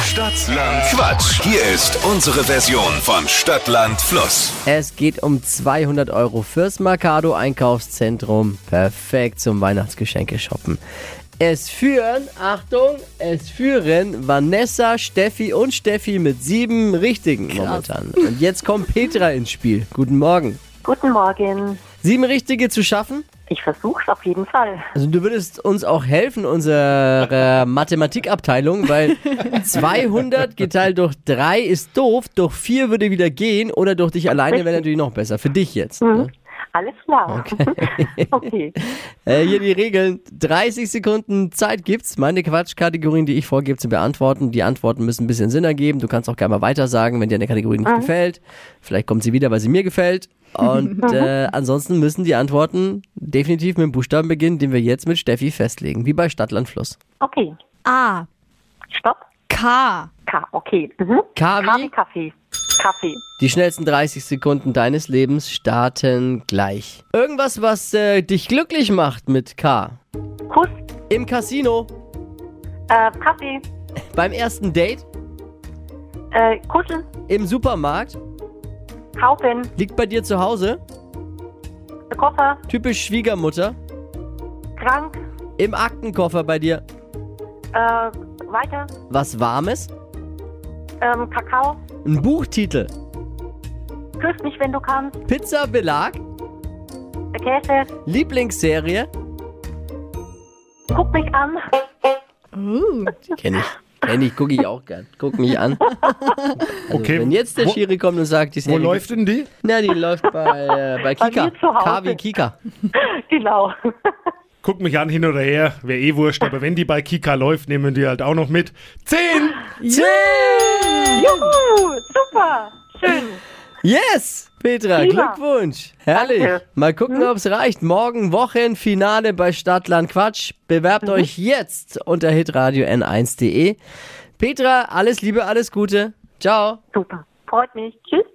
Stadtland Quatsch. Hier ist unsere Version von Stadtland Fluss. Es geht um 200 Euro fürs Mercado Einkaufszentrum. Perfekt zum Weihnachtsgeschenke shoppen. Es führen, Achtung, es führen Vanessa, Steffi und Steffi mit sieben richtigen momentan. Und jetzt kommt Petra ins Spiel. Guten Morgen. Guten Morgen. Sieben richtige zu schaffen? Ich versuch's auf jeden Fall. Also du würdest uns auch helfen, unsere Mathematikabteilung, weil 200 geteilt durch 3 ist doof, durch 4 würde wieder gehen oder durch dich alleine wäre natürlich noch besser. Für dich jetzt. Ne? Alles klar. Okay. Äh, hier die Regeln. 30 Sekunden Zeit gibt's, meine Quatschkategorien, die ich vorgebe, zu beantworten. Die Antworten müssen ein bisschen Sinn ergeben. Du kannst auch gerne mal weitersagen, wenn dir eine Kategorie nicht gefällt. Vielleicht kommt sie wieder, weil sie mir gefällt. Und äh, ansonsten müssen die Antworten definitiv mit dem Buchstaben beginnen, den wir jetzt mit Steffi festlegen. Wie bei Stadtland Fluss. Okay. A. Stopp. K. K. Okay. Mhm. K K wie wie? Kaffee. Kaffee. Die schnellsten 30 Sekunden deines Lebens starten gleich. Irgendwas, was äh, dich glücklich macht mit K. Kuss. Im Casino, Äh, Kaffee. beim ersten Date, Äh, Kuscheln. im Supermarkt, Kaufen. liegt bei dir zu Hause, Koffer. typisch Schwiegermutter, Krank. im Aktenkoffer bei dir, Äh, weiter. was Warmes, Ähm, Kakao. ein Buchtitel, Küss mich, wenn du kannst. Pizzabelag, Äh, Käse. Lieblingsserie, Guck mich an. Uh. Kenn ich. Kenn ich, gucke ich auch gern. Guck mich an. Also, Okay, Wenn jetzt der wo- Schiri kommt und sagt, die Wo Serie läuft denn die? Na, die läuft bei, äh, bei Bei Kika. mir zu Hause. KW Kika. Genau. Guck mich an, hin oder her, wäre eh wurscht, aber wenn die bei Kika läuft, nehmen wir die halt auch noch mit. Zehn! Juhu. Super. Schön. Yes! Petra, Prima. Glückwunsch! Herrlich! Danke. Hm? Mal gucken, ob's ob es reicht. Morgen Wochenfinale bei Stadtland Quatsch. Bewerbt Mhm. euch jetzt unter hitradio n1.de. Petra, alles Liebe, alles Gute. Ciao! Super. Freut mich. Tschüss.